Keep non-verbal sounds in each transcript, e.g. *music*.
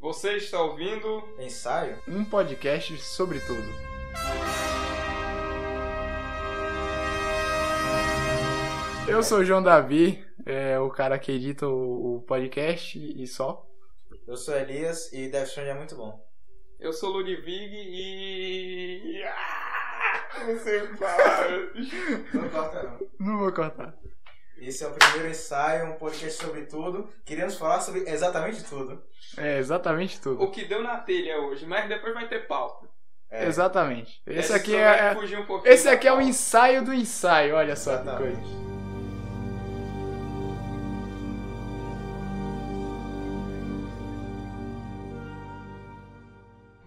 Você está ouvindo Ensaio? Um podcast sobre tudo. Eu sou o João Davi, é, o cara que edita o, o podcast e só. Eu sou Elias e Death Strand é muito bom. Eu sou Ludwig *laughs* e. Ah, não sei o que falar. Não corta não. Não vou cortar. Esse é o primeiro ensaio, um podcast sobre tudo. Queremos falar sobre exatamente tudo. É exatamente tudo. o que deu na telha hoje, mas depois vai ter pauta. É. Exatamente. Esse É, aqui só é, vai fugir um pouquinho esse da aqui é o pauta. ensaio do ensaio, olha só que Exatamente. coisa.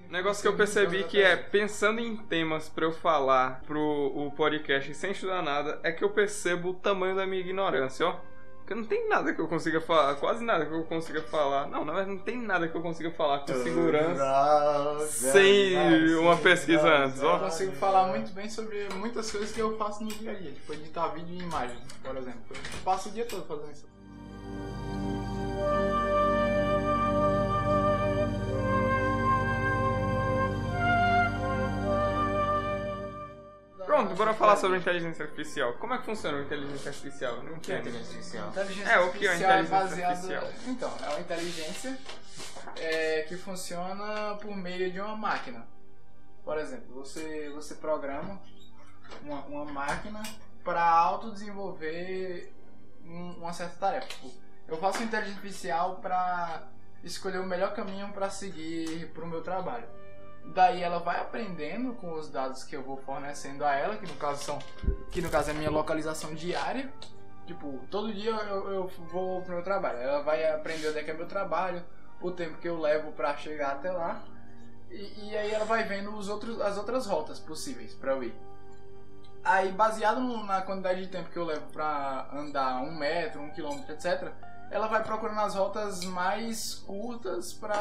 O Um negócio que eu percebi que é, pensando em temas pra eu falar pro o podcast sem estudar nada, é que eu percebo o tamanho da minha ignorância, ó. Porque não tem nada que eu consiga falar, quase nada que eu consiga falar. Não, na verdade não tem nada que eu consiga falar Ah, com segurança. sem uma pesquisa antes, ó. Eu consigo falar muito bem sobre muitas coisas que eu faço no dia a dia, tipo editar vídeo e imagem, por exemplo. Eu passo o dia todo fazendo isso. Pronto, bora falar sobre inteligência artificial. Como é que funciona a inteligência artificial? um Eu Não entendo. artificial. Então, Inteligência É, o que é artificial inteligência baseado- artificial? Então, é uma inteligência é, que funciona por meio de uma máquina. Por exemplo, você, você programa uma, uma máquina para autodesenvolver um, uma certa tarefa. Tipo, eu faço inteligência artificial para escolher o melhor caminho para seguir para o meu trabalho. Daí ela vai aprendendo com os dados que eu vou fornecendo a ela, que no caso são, que no caso é a minha localização diária. Tipo, todo dia eu, eu vou pro meu trabalho. Ela vai aprender onde é que é meu trabalho, o tempo que eu levo pra chegar até lá. E, e aí ela vai vendo os outros, as outras rotas possíveis pra eu ir. Aí, baseado no- na quantidade de tempo que eu levo pra andar um metro, um quilômetro, etc., ela vai procurando as rotas mais curtas pra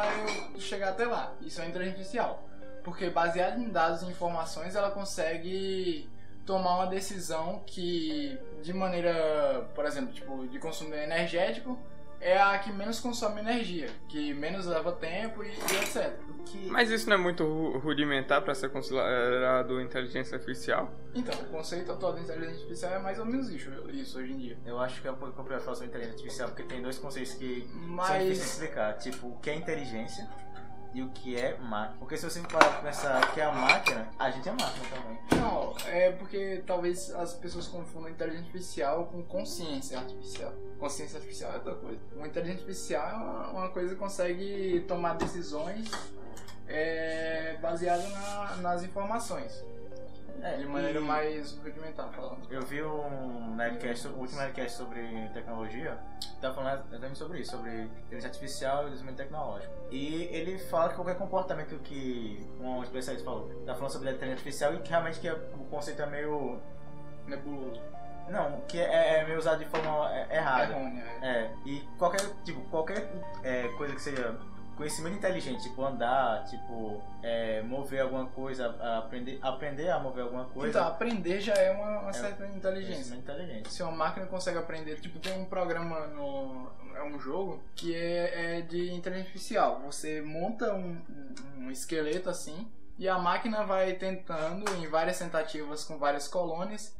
eu chegar até lá. Isso é inteligência artificial. Porque baseado em dados e informações, ela consegue tomar uma decisão que, de maneira, por exemplo, tipo, de consumo energético, é a que menos consome energia, que menos leva tempo e, e etc. Que- Mas isso não é muito ru- rudimentar pra ser considerado inteligência artificial? Então, o conceito atual da inteligência artificial é mais ou menos isso, isso hoje em dia. Eu acho que é um pouco complicado falar sobre inteligência artificial, porque tem dois conceitos que são difíceis de Mas explicar. Tipo, o que é inteligência e o que é máquina. Porque se você parar pra pensar o que é a máquina, a gente é máquina também. não, é porque talvez as pessoas confundam inteligência artificial com consciência artificial. Consciência artificial é outra coisa. Uma inteligência artificial é uma, uma coisa que consegue tomar decisões é, baseadas nas informações. É, De maneira e- mais rudimentar, falando. Eu vi um Nerdcast, o último Nerdcast sobre tecnologia, tá falando exatamente sobre isso, sobre inteligência artificial e desenvolvimento tecnológico. E ele fala que qualquer comportamento que um especialista falou, tá falando sobre inteligência artificial e que realmente que é- o conceito é meio... Nebuloso. Não, que é, é meio usado de forma é, errada. Errôneo, é. É, e qualquer, tipo, qualquer é, coisa que seja conhecimento inteligente, tipo andar, tipo é, mover alguma coisa, a- aprender, aprender a mover alguma coisa, Então, aprender já é uma, uma É. certa conhecimento inteligência. inteligente. Se uma máquina consegue aprender, tipo, tem um programa no. É um jogo que é, é de inteligência artificial. Você monta um, um- um esqueleto assim, e a máquina vai tentando, em várias tentativas com várias colônias,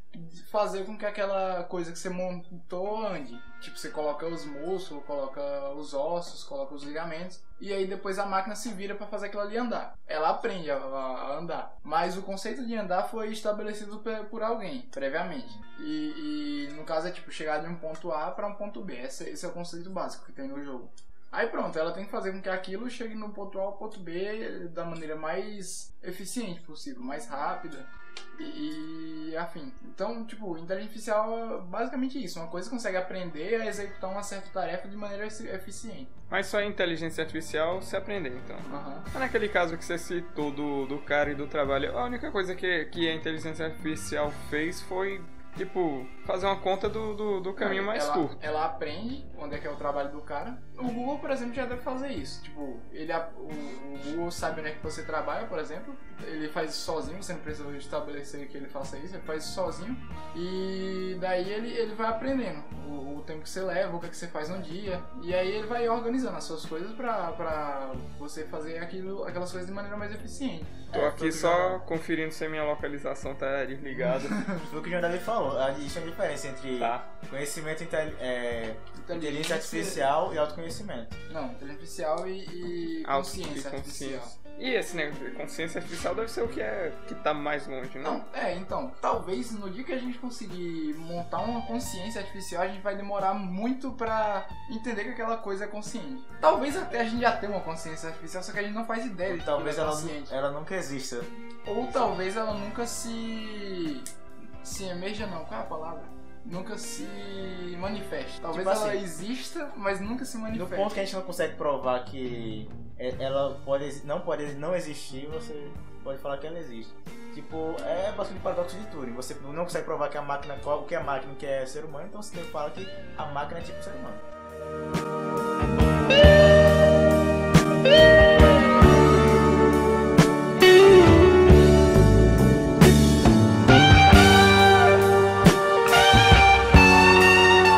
fazer com que aquela coisa que você montou ande. Tipo, você coloca os músculos, coloca os ossos, coloca os ligamentos, e aí depois a máquina se vira pra fazer aquilo ali andar. Ela aprende a, a- a andar. Mas o conceito de andar foi estabelecido pe- por alguém, previamente. E, e, no caso é tipo chegar de um ponto A pra um ponto B. Esse, esse é o conceito básico que tem no jogo. Aí pronto, ela tem que fazer com que aquilo chegue no ponto A ao ponto B da maneira mais eficiente possível, mais rápida e, e afim. Então, tipo, inteligência artificial é basicamente isso. Uma coisa que consegue aprender a executar uma certa tarefa de maneira efi- eficiente. Mas só é inteligência artificial se aprender, então. Mas naquele caso que você citou do, do cara e do trabalho, a única coisa que, que a inteligência artificial fez foi Tipo, fazer uma conta do, do, do caminho mais ela, curto. Ela aprende onde é que é o trabalho do cara. O Google, por exemplo, já deve fazer isso. Tipo, ele, a- o, o Google sabe onde é que você trabalha, por exemplo. Ele faz isso sozinho, você não precisa estabelecer que ele faça isso, ele faz isso sozinho. E daí ele, ele vai aprendendo o, o tempo que você leva, o que, é que você faz no dia. E aí ele vai organizando as suas coisas pra, pra você fazer aquilo, aquelas coisas de maneira mais eficiente. Tô aqui só conferindo se a minha localização tá desligada. Foi o que o João Davi falou. Ah, Existe uma diferença entre *laughs* tá. conhecimento, intel- é, inteligência artificial e autoconhecimento. Não, inteligência artificial e, e Auto- consciência e consciência. artificial. E esse negócio de consciência artificial deve ser o que é que tá mais longe, não? Não, é, então, talvez no dia que a gente conseguir montar uma consciência artificial, a gente vai demorar muito pra entender que aquela coisa é consciente. Talvez até a gente já tenha uma consciência artificial, só que a gente não faz ideia de que Talvez ela é ela, consciente. ela nunca exista. Ou talvez ela nunca se. se emerja, não, qual é a palavra? Nunca se manifeste. Talvez Tipo ela assim, exista, mas nunca se No manifeste. ponto que a gente não consegue provar que e- ela pode, exi- não pode não existir, você pode falar que ela existe. Tipo, é basicamente o paradoxo de Turing. Você não consegue provar que a máquina, qual- o que é máquina, o que é ser humano, então você tem que falar que a máquina é tipo ser humano. Mas-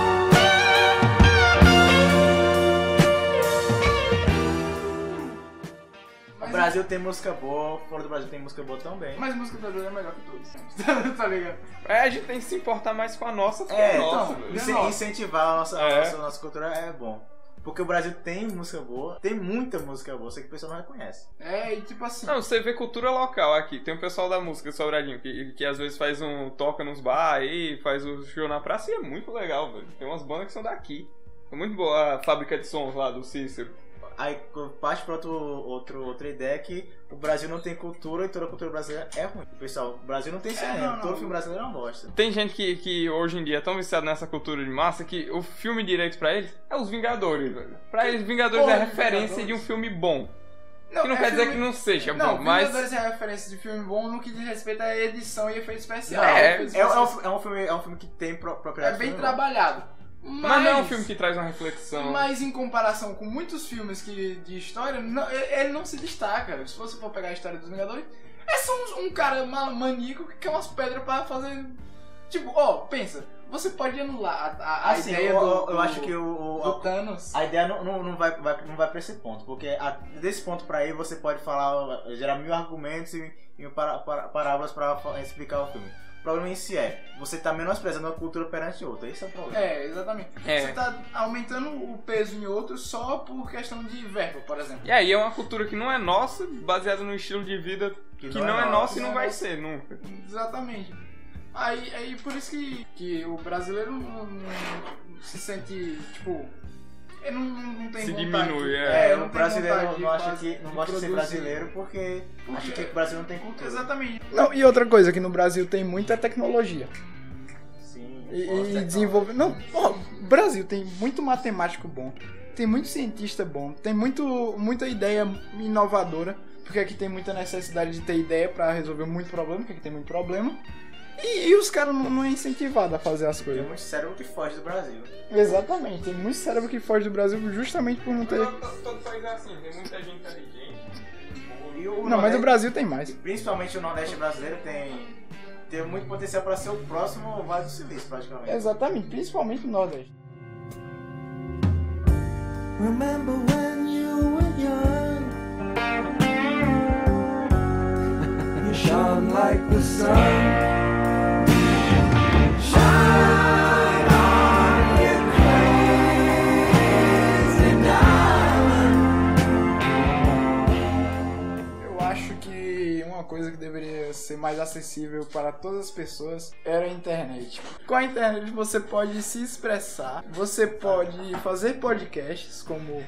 No Brasil tem música boa, fora do Brasil tem música boa também. Mas música brasileira é melhor que todos. *laughs* tá ligado? É, a gente tem que se importar mais com a nossa do que É, a nossa. então, velho. Incen- nossa. Incentivar a nossa, a É. nossa, a nossa cultura é bom. Porque o Brasil tem música boa, tem muita música boa, só que o pessoal não reconhece. É, e tipo assim. Não, você vê cultura local aqui. Tem o pessoal da música Sobradinho, que, que às vezes faz um. toca nos bar aí, faz o show na praça e é muito legal, velho. Tem umas bandas que são daqui. É muito boa a fábrica de sons lá do Cícero. Aí co- parte pra outro, outro, outra ideia é que o Brasil não tem cultura e toda a cultura brasileira é ruim. Pessoal, o Brasil não tem cinema, não, não. todo filme brasileiro é uma bosta. Tem gente que, que hoje em dia é tão viciado nessa cultura de massa que o filme direito pra eles é Os Vingadores, velho. Pra eles, Vingadores porra é a de referência Vingadores? de um filme bom. que não é quer dizer filme- que não seja não, bom, mas. Vingadores é referência de filme bom no que diz respeito à edição e efeito especial. Não, é- Efeitos É, é um, especiais fi- é um filme, é um filme que tem pro- é propriedade. bem filme, trabalhado. Mas, Mas não é um filme que traz uma reflexão. Mas em comparação com muitos filmes que, de história, não- ele ele não se destaca. Se você for pegar a história dos Vingadores, é só um, um cara ma- maníaco que quer umas pedras pra fazer. Tipo, ó, pensa, você pode anular a, a, a Assim, ideia eu, do, eu- eu do- acho que o, o- do Thanos. a ideia não, não, não vai, vai- não vai pra esse ponto. Porque a- desse ponto pra aí você pode falar, gerar mil argumentos e mil para, para- parábolas pra fa- explicar o filme. O problema em si é, você tá menosprezando uma cultura perante outra. Esse é o problema. É, exatamente. É. Você tá aumentando o peso em outro só por questão de verba, por exemplo. E aí é uma cultura que não é nossa, baseada no estilo de vida que não, é, nosso. nosso e não vai ser nunca. Exatamente. Aí, aí por isso que, que o brasileiro não, não se sente, tipo. Ele não, não, não tem Se vontade diminui, de- é. É, o não tem brasileiro vontade de não acha fazer- que não de gosta de ser produzir. brasileiro porque Por acha quê? que o Brasil não tem cultura. Exatamente. Não, e outra coisa que no Brasil tem muito é tecnologia. Sim. E, posso e ter- desenvolver. Não, porra, o Brasil tem muito matemático bom, tem muito cientista bom, tem muito, muita ideia inovadora, porque aqui tem muita necessidade de ter ideia pra resolver muito problema, porque aqui tem muito problema. E, e os caras não, não é incentivado a fazer as Tem coisas. um muito cérebro que foge do Brasil. Exatamente, tem muito cérebro que foge do Brasil justamente por não ter. Todo país é assim, tem muita gente inteligente. E o Não, mas o Nordeste- Brasil tem mais. Principalmente o Nordeste brasileiro tem, tem muito potencial pra ser o próximo Vale do Silício, praticamente. Exatamente, principalmente o Nordeste. Remember when you were young? *laughs* You shone like the sun. Shine on, you crazy diamond. Eu acho que uma coisa que deveria ser mais acessível para todas as pessoas era a internet. Com a internet você pode se expressar, você pode fazer podcasts como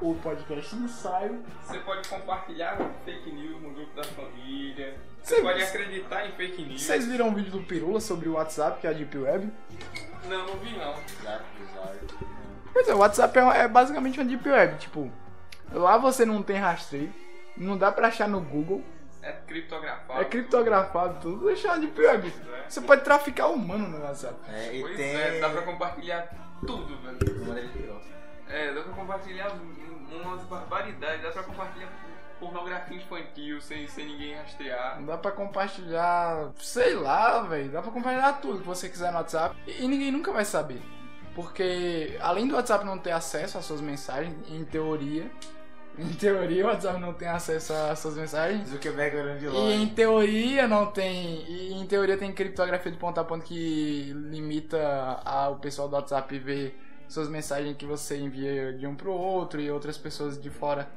o podcast Ensaio. Você pode compartilhar fake news no grupo da família. Cê- Você pode acreditar em fake news. Vocês viram o vídeo do Pirula sobre o WhatsApp, que é a Deep Web? Não, não vi não. Exato, exato. Pois é, o WhatsApp é, é basicamente uma Deep Web. Tipo, lá você não tem rastreio, não dá pra achar no Google. É criptografado. É criptografado tudo, deixar de pior. bicho. Você pode traficar humano no WhatsApp. É, e Pois tem. é, dá pra compartilhar tudo, velho. Manda ele piroca. É, dá pra compartilhar um, umas barbaridades, dá pra compartilhar pornografia infantil sem, sem ninguém rastrear. Dá pra compartilhar, sei lá, velho. Dá pra compartilhar tudo que você quiser no WhatsApp. E, e ninguém nunca vai saber. Porque além do WhatsApp não ter acesso às suas mensagens, em teoria. *laughs* Em teoria o WhatsApp não tem acesso às suas mensagens. Zuckerberg olhando é de E longe. em teoria não tem. E em teoria tem criptografia de ponta a ponta que limita a- o pessoal do WhatsApp ver suas mensagens que você envia de um pro outro e outras pessoas de fora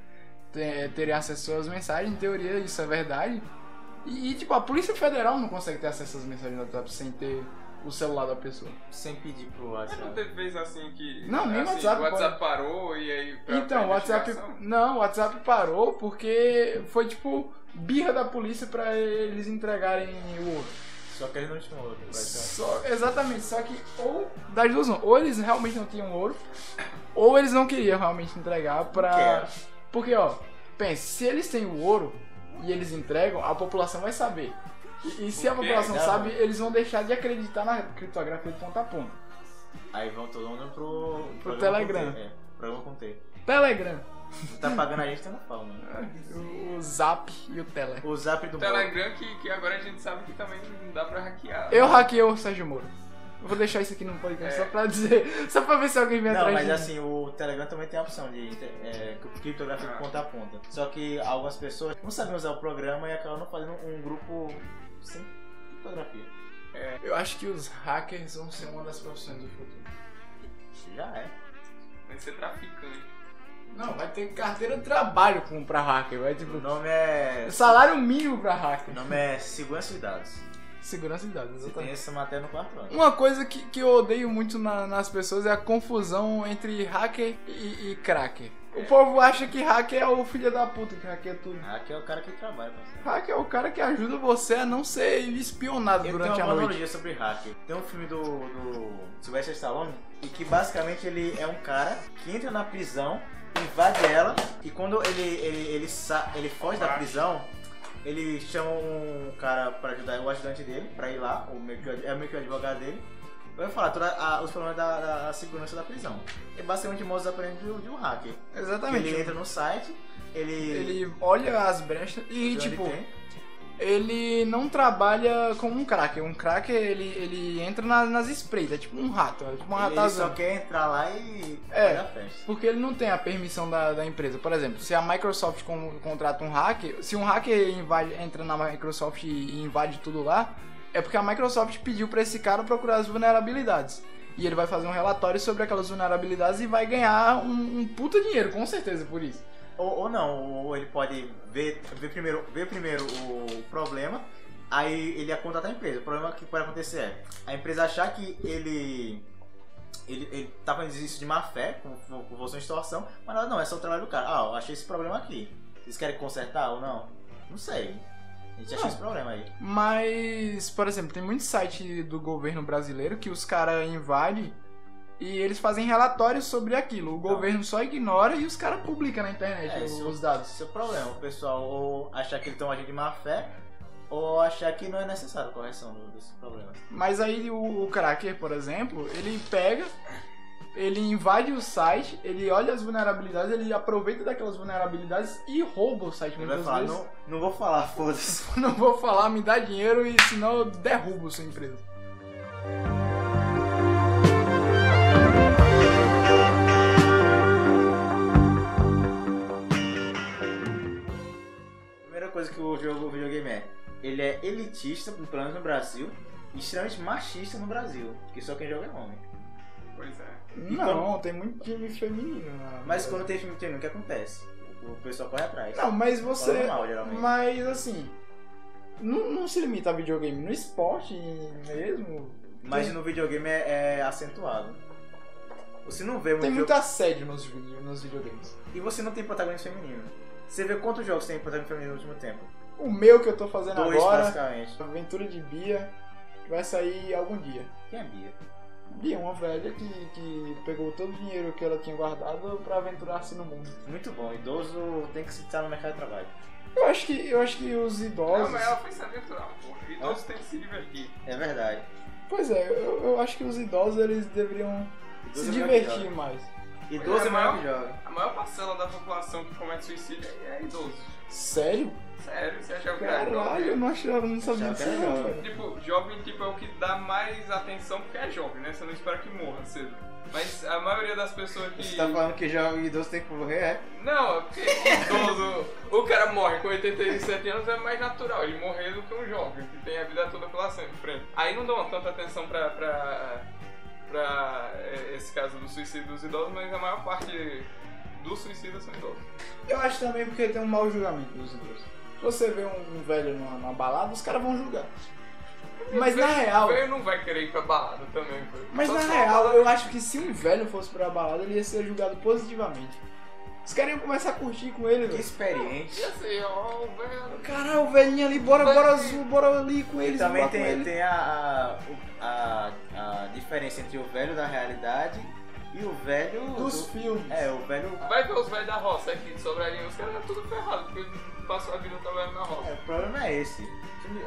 te- terem acesso às suas mensagens. Em teoria isso é verdade. E, e, tipo, a Polícia Federal não consegue ter acesso às mensagens do WhatsApp sem ter o celular da pessoa. Sem pedir pro Mas não WhatsApp. teve vez assim que. Não, nem assim, WhatsApp, O WhatsApp parou e aí. pra- pra Então, o WhatsApp. É, investigação? Não, o WhatsApp parou porque foi tipo birra da polícia pra eles entregarem o ouro. Só que ele não tinha outro. praticamente. Só- exatamente, só que ou das duas uma, ou eles realmente não tinham ouro, ou eles não queriam realmente entregar pra. Quero. Porque, ó, pensa, se eles têm o ouro e eles entregam, a população vai saber. E, e se a Porque população ainda sabe, eles vão deixar de acreditar na criptografia de ponta a ponta. Aí vão todo mundo pro. programa com Telegram. T, É, programa com T. Telegram, Tá pagando a gente, tem na pau, mano. o o Zap e o Tele. O zap do O Telegram. Telegram que, que agora a gente sabe que também não dá pra hackear. né? Eu hackei o Sérgio Moro. Eu vou deixar isso aqui no podcast É. só pra dizer, *laughs* só pra ver se alguém vem Não, atrás mas de mim. assim, o Telegram também tem a opção de é, criptografia de ponta a ponta. Só que algumas pessoas não sabem usar o programa e acabam fazendo um grupo sem criptografia. Eu acho que os hackers vão ser uma das profissões do futuro. Já é. Vai ser traficante. Não, vai ter carteira de trabalho com, pra hacker, vai O tipo. nome é. Salário mínimo pra O hacker. nome é Segurança de Dados. Segurança de dados, Você tem exatamente. essa matéria no quarto ano. Uma coisa que, que eu odeio muito na- nas pessoas é a confusão entre hacker e, e cracker. O povo acha que hacker é o filho da puta que hackeia tudo. Aqui é o cara que trabalha, parceiro. Hacker é o cara que ajuda você a não ser espionado Eu durante tenho a uma noite. analogia sobre hacker. Tem um filme do, do Sylvester Stallone e que basicamente ele é um cara que entra na prisão, invade ela e quando ele ele ele, sa ele foge da prisão, ele chama um cara pra ajudar, o ajudante dele, pra ir lá, o meio que, o ad- é meio que o advogado dele. Vai falar todos os problemas da, da- da segurança da prisão. É basicamente o modus operandi de, um- de um hacker. Exatamente. Ele entra no site, ele... Ele olha as brechas e, onde tipo, tem. ele não trabalha como um cracker. Um cracker, ele, ele entra na- nas espreitas, é tipo um rato, é tipo uma ele ratazana. só quer entrar lá e... É. dar festa. Porque ele não tem a permissão da, da empresa. Por exemplo, se a Microsoft con- contrata um hacker, se um hacker invade- entra na Microsoft e invade tudo lá, é porque a Microsoft pediu pra esse cara procurar as vulnerabilidades. E ele vai fazer um relatório sobre aquelas vulnerabilidades e vai ganhar um, um puta dinheiro, com certeza, por isso. Ou, ou não, ou ele pode ver, ver, primeiro, ver primeiro o problema, aí ele ia contratar a empresa. O problema que pode acontecer é a empresa achar que ele. Ele, ele tá fazendo isso de má fé, com, com, com você extorsão, mas ela, não, é só o trabalho do cara. Ah, eu achei esse problema aqui. Vocês querem consertar ou não? Não sei. A gente achou Não. esse problema aí. Mas, por exemplo, tem muito site do governo brasileiro que os caras invadem e eles fazem relatórios sobre aquilo. O governo só ignora e os caras publicam na internet É, os, isso- os dados. Esse é o problema. O pessoal ou achar que ele estão agindo de má fé, ou achar que não é necessário a correção do- desse problema. Mas aí o, o cracker, por exemplo, ele pega, ele invade o site, ele olha as vulnerabilidades, ele aproveita daquelas vulnerabilidades e rouba o site Ele muitas vai falar, vezes. não, não vou falar, foda-se. *laughs* *laughs* Não... vou falar, me dá dinheiro e senão eu derrubo sua empresa. Primeira coisa que o jogo o videogame é, ele é elitista, pelo menos no Brasil, e extremamente machista no Brasil, que só quem joga é homem. Pois é. Não, tem muito time feminino. né? na- Então- Mas quando tem filme feminino, o que acontece? O o pessoal corre atrás. Não, mas Fala você. mal, geralmente. Mas assim. Não, não se limita a videogame. No esporte mesmo. Mas no videogame é, é acentuado. Você não vê muito Tem jogo- muito assédio nos, vide- nos videogames. e você não tem protagonista feminino. Você vê quantos jogos tem protagonista feminino no último tempo? O meu que eu tô fazendo Dois, agora. basicamente. Aventura de Bia que vai sair algum dia. Quem é Bia? Bia, uma velha que, que pegou todo o dinheiro que ela tinha guardado pra aventurar-se no mundo. Muito bom, idoso tem que se estar no mercado de trabalho. Eu acho que, eu acho que os Não, idosos. mas é ela foi se aventurar, porra. E todos têm que se divertir. É verdade. Pois é, eu, eu acho que os idosos eles deveriam Idoso se é melhor que divertir mais. jovem. Idoso é maior que jovem. A maior parcela da população que comete suicídio é é idoso. Sério? Sério, você achava que era Caralho, eu jovem? não achava, não sabia Achava disso que era não, jovem. velho. Tipo, jovem tipo, é o que dá mais atenção porque é jovem, né? Você não espera que morra cedo. Mas a maioria das pessoas que. Você tá falando que jovem e idoso tem que morrer, é? Não, é porque idoso. o cara morre com 87 anos é mais natural ele morrer do que um jovem que tem a vida toda pela sem- frente. Aí não dão tanta atenção pra. pra, pra é, esse caso do suicídio dos idosos, mas a maior parte dos suicidas são idosos. Eu acho também porque tem um mau julgamento dos idosos. Se você vê um, um velho numa, numa balada, os caras vão julgar. Mas na real. Ele não vai querer ir pra balada também. pô. Mas Só na se for real, balada- eu acho que se um velho fosse pra balada, ele ia ser julgado positivamente. Os caras iam começar a curtir com ele, Que velho. experiente. E assim, ó, velho. Caralho, o velhinho ali, bora, Mas- bora azul, bora ali com E eles. também zoar com tem, ele. tem a, a, o- a, a diferença entre o velho da realidade e o velho. Dos do- filmes. É, o velho. Vai ver os velhos da roça aqui de Sobradinho, os caras é tudo ferrado, porque passou a vida trabalhando na roça. É, o problema é esse.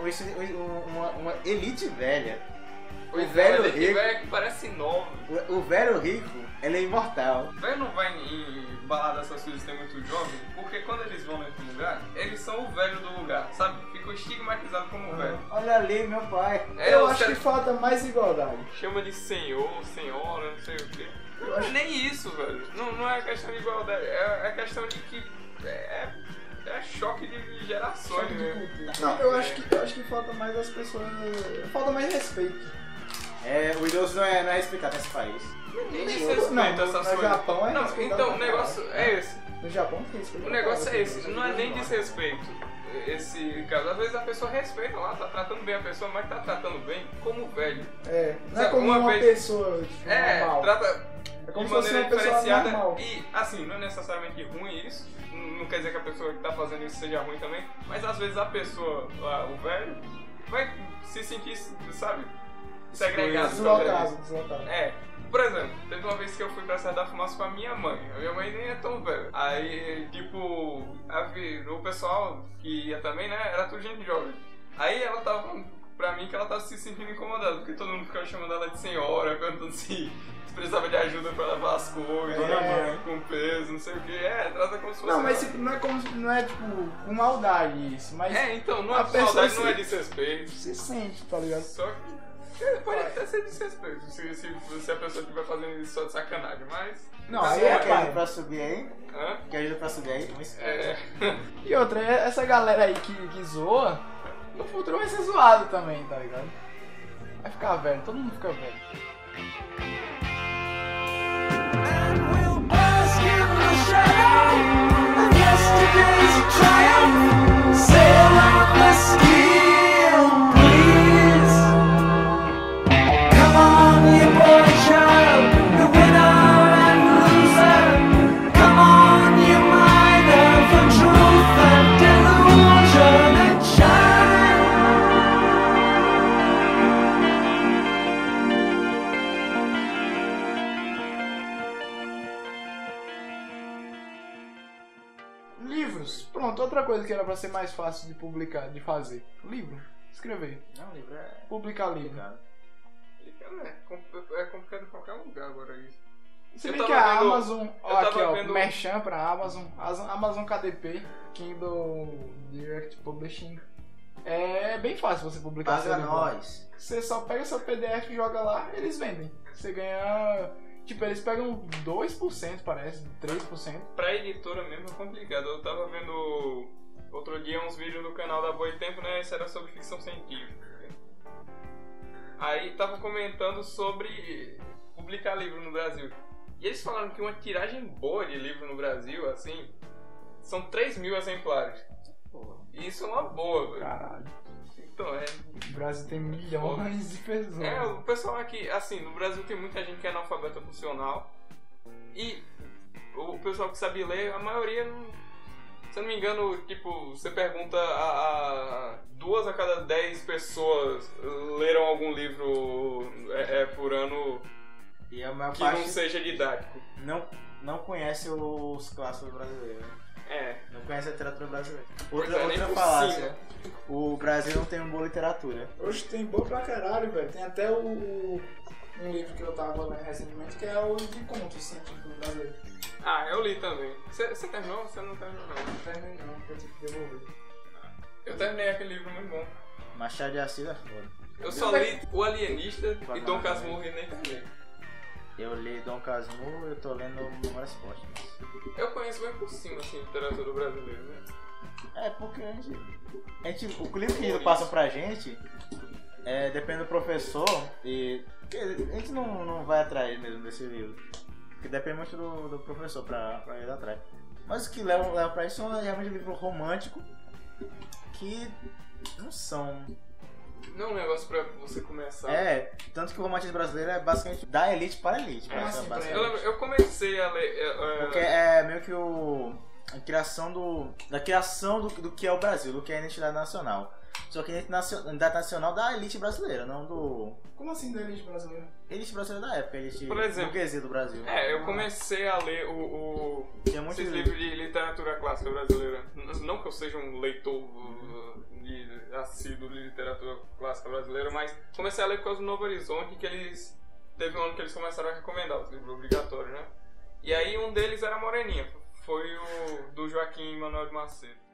Esse- o- o- uma, uma elite velha. Pois é, velho mas é que rico. velho que parece novo. O, o velho rico, ele é imortal. O velho não vai em, em balada essas coisas que tem muito jovem, porque quando eles vão nesse lugar, eles são o velho do lugar, sabe? Ficam estigmatizados como Ah. velho. Olha ali, meu pai. É, Eu os acho que caras falta mais igualdade. chama de senhor, senhora, não sei o quê. Não é nem isso, velho. Não, não é questão de igualdade, é, é questão de que. É, é choque de gerações, né? Não, eu acho que, eu acho que falta mais as pessoas. Falta mais respeito. É, o idoso não é, não é respeitado nesse país. Ninguém Não, se respeita no- essas no coisas. Japão é não, respeitado então o pra negócio caralho. é esse. No Japão tem respeito. O negócio é esse, não é nem desrespeito. Esse caso, às vezes a pessoa respeita lá, tá tratando bem a pessoa, mas tá tratando bem como velho. É, não é Sabe, como uma uma, vez- pessoa tipo, É, normal. trata É como de se fosse maneira uma pessoa diferenciada. normal. E assim, não é necessariamente ruim isso. n- Não quer dizer que a pessoa que tá fazendo isso seja ruim também, mas às vezes a pessoa, lá, o velho, vai se sentir, sabe, segregado. talvez. Deslocado, deslocado. É. Por exemplo, teve uma vez que eu fui pra Serra da Fumaça com a minha mãe. A minha mãe nem é tão velha. Aí, tipo, a vi- o pessoal que ia também, né? Era tudo gente jovem. Aí ela tava falando pra mim que ela tava se sentindo incomodada, porque todo mundo ficava chamando ela de senhora, *laughs* perguntando se se precisava de ajuda pra levar as coisas, É. né, com peso, não sei o que. É, trata como se fosse. Não, mas tipo, não é como se- não é tipo com maldade isso, mas É, então, não A é pessoa saudade, se- não é desrespeito. você sente, tá ligado? Só que. é, Pode até ser desrespeito se, se, se a pessoa estiver fazendo isso só de sacanagem, mas. Não, Aí aí é é que ajuda pai. pra subir aí? Hã? Que ajuda pra subir aí? Um espelho. É, E outra, é- essa galera aí que, que zoa, no futuro vai ser zoado também, tá ligado? Vai ficar velho, todo mundo fica velho. And we'll bask in the shadow of yesterday's triumph. Sail like the steel breeze. Come on, you boy child, the winner and loser. Come on, you miner for truth and delusion and shine. Livros. Pronto, outra coisa que era pra ser mais fácil de publicar, de fazer. Livro. Escrever. Não, o livro é Publicar livro. complicado. é compl- é complicado em qualquer lugar agora isso. Se Eu bem que tava a vendo- Amazon, eu ó, aqui tava ó, vendo- Merchan pra Amazon, As- Amazon KDP, Kindle Direct Publishing. É bem fácil você publicar Paga livro. nós. Você só pega seu PDF, joga lá, eles vendem. Você ganha. Tipo, eles pegam 2%, parece, 3%. Pra editora mesmo é complicado. Eu tava vendo outro dia uns vídeos do canal da Boi Tempo, né? Isso era sobre ficção científica. né? Aí tava comentando sobre publicar livro no Brasil. E eles falaram que uma tiragem boa de livro no Brasil, assim, são 3 mil exemplares. E isso é uma boa, velho. Caralho. Então, é O Brasil tem milhões de pessoas. É, o pessoal aqui, assim, no Brasil tem muita gente que é analfabeta funcional. E o pessoal que sabe ler, a maioria não. Se eu não me engano, tipo, você pergunta a, a duas a cada dez pessoas leram algum livro é, é, por ano E é a maior que não parte seja didático. não, não conhece os clássicos brasileiros. né? É. Não conhece a literatura brasileira. Não Outra, é nem outra possível. falácia. O Brasil não tem uma boa literatura. Hoje tem boa pra caralho, velho. Tem até o, o- um livro que eu tava lendo recentemente que é o de contos científicos brasileiros. Ah, eu li também. Você você terminou ou você não terminou? não? Não terminei não, porque eu tive que devolver. Eu terminei aquele livro muito bom. Machado de Assis é foda. Eu só li O Alienista e Bacana Dom também. Casmurro e nem terminei. Eu li Dom Casmurro, eu tô lendo Memórias Póstumas. Eu conheço bem por cima, assim, literatura brasileira, né? É, porque a gente. A gente o livro que eles passam pra gente, é, depende do professor, e. porque a gente não, não vai atrás mesmo desse livro. Porque depende muito do, do professor pra, pra ir atrás. Mas o que leva, leva pra isso são geralmente livros românticos que não são. Não é um negócio pra você começar. É, tanto que o romantismo brasileiro é basicamente da elite para a elite. É, basicamente, assim, Eu, basicamente. lembro- eu comecei a ler. é, é, Porque é meio que o. A criação do. Da criação do, do que é o Brasil, do que é a identidade nacional. Só que a identidade nacio- identidade nacional da elite brasileira, não do. Como assim da elite brasileira? Elite brasileira da época, elite Por exemplo. burguesia do Brasil. É, eu comecei a ler o, o- Tinha muitos esses livros de literatura clássica brasileira. N- Não que eu seja um leitor uh, de, assíduo de literatura clássica brasileira, mas comecei a ler por causa do Novo Horizonte, que eles. Teve um ano que eles começaram a recomendar os livros obrigatórios, né? E aí um deles era Moreninha, foi o do Joaquim Manuel de Macedo.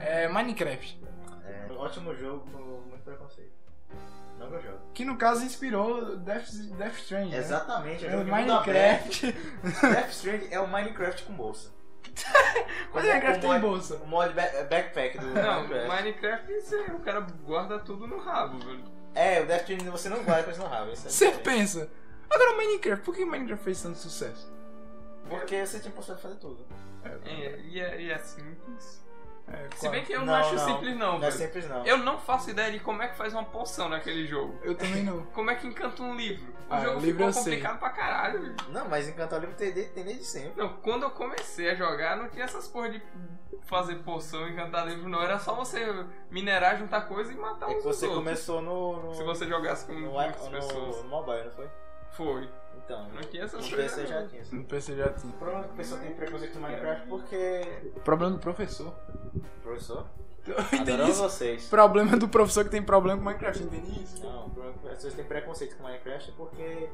É Minecraft. É, ótimo jogo com muito preconceito. Não que eu jogo. Que no caso inspirou Death, Death Stranding. né? Exatamente, é É o jogo de mundo aberto. Minecraft. *laughs* Death Stranding é o Minecraft com bolsa. *laughs* Mas é Minecraft O tem é? mod- bolsa. O mod ba- backpack do Não, Minecraft. Minecraft, isso é, o cara guarda tudo no rabo, velho. É, o Death Stranding você não guarda coisa no rabo. isso é Você diferente. pensa. Agora Minecraft, por que Minecraft fez tanto sucesso? Porque você tinha possibilidade de fazer tudo. É, e é, e é simples. É, Se bem que eu não, Não, acho não. simples, não, Não é velho. simples não. Eu não faço ideia de como é que faz uma poção naquele jogo. Eu também não. Como é que encanta um livro? O Ah, jogo livro ficou eu sei. complicado pra caralho. velho. Não, mas encantar o livro tem desde, tem desde sempre. Não, quando eu comecei a jogar, não tinha essas porra de fazer poção e encantar livro, não. Era só você minerar, juntar coisa e matar é que uns você outros. começou no. no Se você jogasse com no, muitas no- pessoas. no mobile, não foi? Foi. Então. Não tinha essas No coisas. PC não. já tinha. assim. No PC já tinha. O problema é que a pessoa tem preconceito com Minecraft porque. Problema do professor. *laughs* Professor? Eu entendi Adorando isso. vocês. Problema do professor que tem problema com Minecraft, entendi isso. Não, o problema é que as pessoas têm preconceito com Minecraft é porque.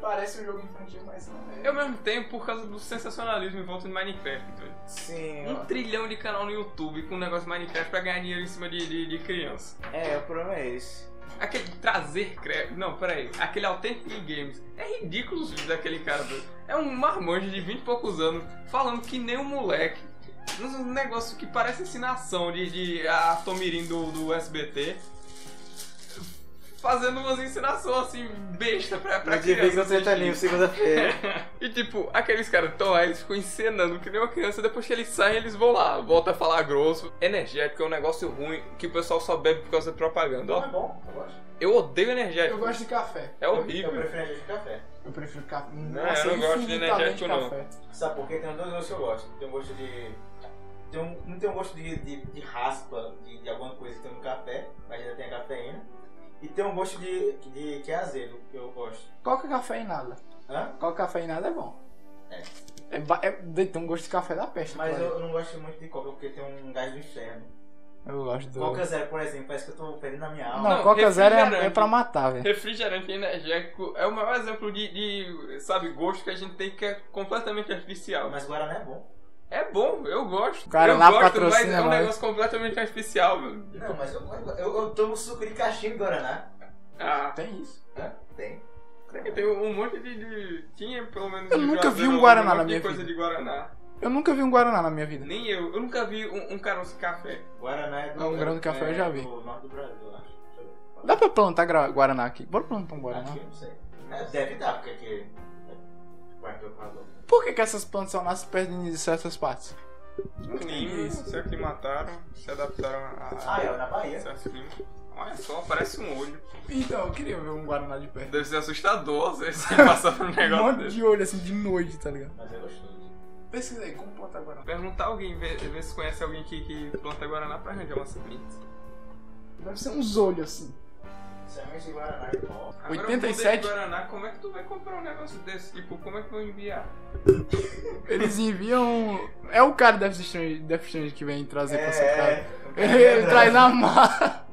Parece um jogo infantil, mas não é. Eu mesmo tenho por causa do sensacionalismo em volta de Minecraft, velho. Sim. Um trilhão de canal no YouTube com um negócio de Minecraft pra ganhar dinheiro em cima de, de, de criança. É, o problema é esse. Aquele trazer crédito. Não, peraí. Aquele autêntico games. É ridículo os vídeos daquele cara, velho. É um marmanjo de 20 e poucos anos falando que nem um moleque. Um negócio que parece ensinação de, de ator mirim do, do SBT. Fazendo umas ensinações assim, besta pra, pra criança. tá assistir. *laughs* segunda-feira. E tipo, aqueles caras tão lá, eles ficam encenando que nem uma criança, depois que eles saem, eles vão lá, volta a falar grosso. Energético é um negócio ruim que o pessoal só bebe por causa da propaganda, ó. é bom, eu gosto. Eu odeio energético. Eu gosto de café. É Eu horrível. prefiro a gente de café. Eu prefiro hum, assim, café. Não, eu não gosto de energético, não. Sabe por quê? Tem dois gostos que eu gosto. Tem um gosto de. Tem um, não tem um gosto de, de, de raspa, de, de alguma coisa que tem no café, mas ainda tem a cafeína. E tem um gosto de, de que é azedo, que eu gosto. Coca cafeinada. Hã? Coca cafeinada é bom. É. É, ba- é deitar um gosto de café da peste. Mas claro. eu, eu não gosto muito de coca, porque tem um gás do inferno. eu gosto do. Coca zero, por exemplo, parece que eu tô perdendo a minha Não, alma. Não, Coca Zero é, é refrigerante. pra matar, velho. Refrigerante energético é o maior exemplo de, de, sabe, gosto que a gente tem que é completamente artificial. Mas Guaraná é bom. É bom, eu gosto. Cara, eu lá gosto, mas patrocina é um nós. negócio completamente artificial, mano. Não, mas eu, eu, eu tomo suco de caixinha de Guaraná. Ah, Tem isso. Hã? Tem. porque tem um monte de, de- Tinha pelo menos. Eu de nunca vi Juazeiro, um Guaraná monte na de minha coisa vida. de Guaraná. Eu nunca vi um Guaraná na minha vida. Nem eu. Eu nunca vi um, um caroço de café. Guaraná é do. Ah, um grão de café eu é já vi. Do norte do Brasil, eu acho. Deixa eu ver. Dá pra plantar gra- Guaraná aqui? Bora plantar um Guaraná. Acho que não sei. É, deve dar, porque aqui. Vai, meu calor. Por que, que essas plantas só nascem perto de certas partes? No clima, se aclimataram, se adaptaram a, Ah, é, na Bahia. certo clima. Olha só, parece um olho. Então, eu queria ver um Guaraná de *laughs* perto. Deve ser assustador você *laughs* você passar por um Um negócio monte desse. de olho, assim, de noite, tá ligado? Mas é gostoso. Pesquisa aí, como plantar Guaraná? Perguntar alguém, ver, ver se conhece alguém que, que planta Guaraná pra arranjar uma semente. Deve ser uns olhos, assim. Semente de Guaraná é e pó. Agora, 87? o poder de Guaraná, como é que tu vai comprar um negócio desse? Tipo, como é que vão enviar? Eles enviam... um- É o cara do Death Strange, Death Strange que vem trazer pra sua casa. eu quero *laughs* Ele *laughs* lembrar. traz na mala.